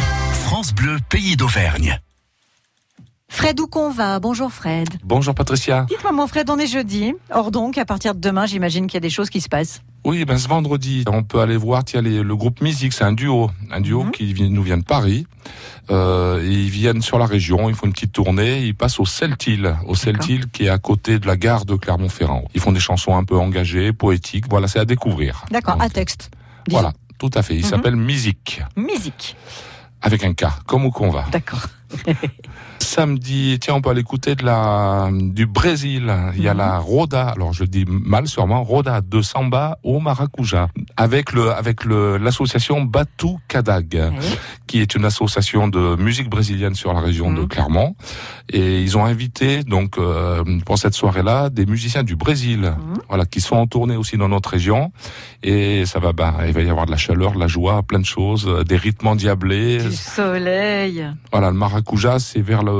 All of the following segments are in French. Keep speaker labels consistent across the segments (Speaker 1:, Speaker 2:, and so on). Speaker 1: France Bleu, pays d'Auvergne.
Speaker 2: Fred Ouconva, bonjour Fred.
Speaker 3: Bonjour Patricia.
Speaker 2: Dites-moi mon Fred, on est jeudi. Or donc, à partir de demain, j'imagine qu'il y a des choses qui se passent.
Speaker 3: Oui, ben ce vendredi, on peut aller voir tiens, les- le groupe Musique, c'est un duo, un duo
Speaker 2: Mhm.
Speaker 3: qui vi- nous vient de Paris. Euh, et ils viennent sur la région, ils font une petite tournée, ils passent au Celtil, au Celtil qui est à côté de la gare de Clermont-Ferrand. Ils font des chansons un peu engagées, poétiques, voilà, c'est à découvrir.
Speaker 2: D'accord,
Speaker 3: Donc,
Speaker 2: à texte. disons.
Speaker 3: Voilà, tout à fait. Il
Speaker 2: Mhm.
Speaker 3: s'appelle Musique,
Speaker 2: Musique.
Speaker 3: avec un K, comme au va.
Speaker 2: D'accord.
Speaker 3: Samedi, tiens, on peut aller écouter de la, du Brésil. Il y a
Speaker 2: Mhm.
Speaker 3: la Roda, alors je le dis mal sûrement, Roda de Samba au Maracuja, avec le, avec le, l'association Batu Kadag,
Speaker 2: Oui.
Speaker 3: qui est une association de musique brésilienne sur la région de
Speaker 2: Mhm.
Speaker 3: Clermont. Et ils ont invité, donc, euh, pour cette soirée-là, des musiciens du Brésil,
Speaker 2: Mhm.
Speaker 3: voilà, qui sont en tournée aussi dans notre région. Et ça va, ben, il va y avoir de la chaleur, de la joie, plein de choses, euh, des rythmes endiablés.
Speaker 2: Eh, Du soleil.
Speaker 3: Voilà, le maracuja, c'est vers le,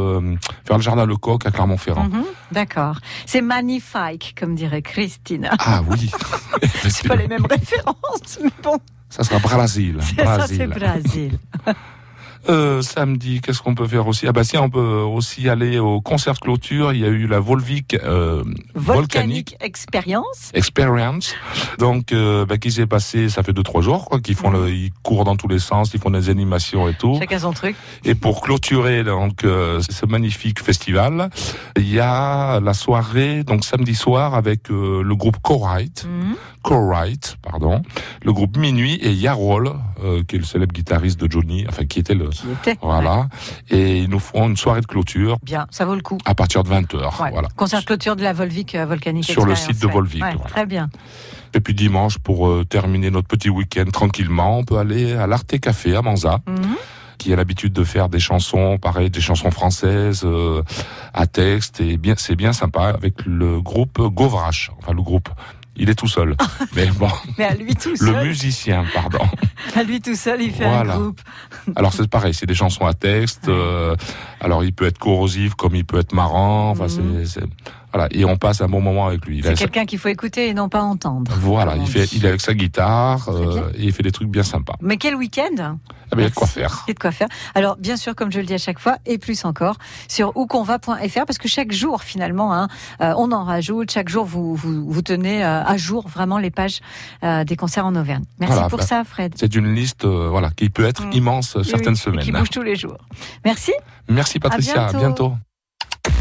Speaker 3: vers le jardin Lecoq à Clermont-Ferrand.
Speaker 2: Mhm, D'accord. C'est magnifique, comme dirait Christina.
Speaker 3: Ah oui.
Speaker 2: C'est pas les mêmes références, mais bon,
Speaker 3: Ça sera Brasil.
Speaker 2: c'est ça, c'est Brésil.
Speaker 3: Euh, samedi, qu'est-ce qu'on peut faire aussi Ah bah si, on peut aussi aller au concert de clôture. Il y a eu la Volvic euh,
Speaker 2: Volcanique expérience.
Speaker 3: Experience, donc euh, bah, qui s'est passé, ça fait deux trois jours, quoi, qu'ils font
Speaker 2: Mm.
Speaker 3: le, ils courent dans tous les sens, ils font des animations et tout.
Speaker 2: Chacun son truc.
Speaker 3: Et pour clôturer donc euh, ce magnifique festival, il y a la soirée donc samedi soir avec euh, le groupe Corite.
Speaker 2: Mhm.
Speaker 3: Corite, pardon, le groupe Minuit et Yarol, euh, qui est le célèbre guitariste de Johnny, enfin qui était le...
Speaker 2: Qui était. Ouais.
Speaker 3: Voilà, et ils nous feront une soirée de clôture
Speaker 2: Bien, ça vaut le coup.
Speaker 3: à partir de 20h.
Speaker 2: Ouais.
Speaker 3: Voilà.
Speaker 2: Concert de clôture de la Volvic euh, Volcanique
Speaker 3: Sur le
Speaker 2: Experience,
Speaker 3: site de
Speaker 2: ouais.
Speaker 3: Volvic,
Speaker 2: Ouais,
Speaker 3: voilà.
Speaker 2: Très bien.
Speaker 3: Et puis dimanche, pour euh, terminer notre petit week-end tranquillement, on peut aller à l'Arte Café à Manza,
Speaker 2: Mhm.
Speaker 3: qui a l'habitude de faire des chansons, pareil, des chansons françaises euh, à texte, et bien, c'est bien sympa avec le groupe Govrache. Enfin, le groupe, il est tout seul. Mais bon,
Speaker 2: Mais à lui tout
Speaker 3: le
Speaker 2: seul,
Speaker 3: musicien, pardon.
Speaker 2: à lui tout seul, il fait
Speaker 3: Voilà.
Speaker 2: un groupe.
Speaker 3: Alors c'est pareil, c'est des chansons à texte. euh, alors il peut être corrosif comme il peut être marrant. Enfin
Speaker 2: Mhm.
Speaker 3: c'est, c'est- voilà. Et on passe un bon moment avec lui. Il a
Speaker 2: C'est
Speaker 3: sa-
Speaker 2: quelqu'un qu'il faut écouter et non pas entendre.
Speaker 3: voilà,
Speaker 2: comme on
Speaker 3: il fait,
Speaker 2: dit.
Speaker 3: il est avec sa guitare
Speaker 2: Très
Speaker 3: euh, et il fait des trucs bien sympas.
Speaker 2: Mais quel week-end hein,
Speaker 3: Ah ben, il y a de quoi
Speaker 2: Merci.
Speaker 3: faire.
Speaker 2: Et de quoi faire. Alors, bien sûr, comme je le dis à chaque fois, et plus encore, sur ouconva.fr, parce que chaque jour, finalement, hein, euh, on en rajoute. Chaque jour, vous, vous, vous tenez euh, à jour vraiment les pages euh, des concerts en Auvergne. Merci
Speaker 3: Voilà,
Speaker 2: pour
Speaker 3: bah,
Speaker 2: ça, Fred.
Speaker 3: C'est une liste euh, voilà qui peut être
Speaker 2: Mhm.
Speaker 3: immense euh, certaines
Speaker 2: Oui, oui, et
Speaker 3: semaines.
Speaker 2: Qui bouge tous les jours. Merci.
Speaker 3: Merci Patricia, à
Speaker 2: bientôt.
Speaker 3: bientôt.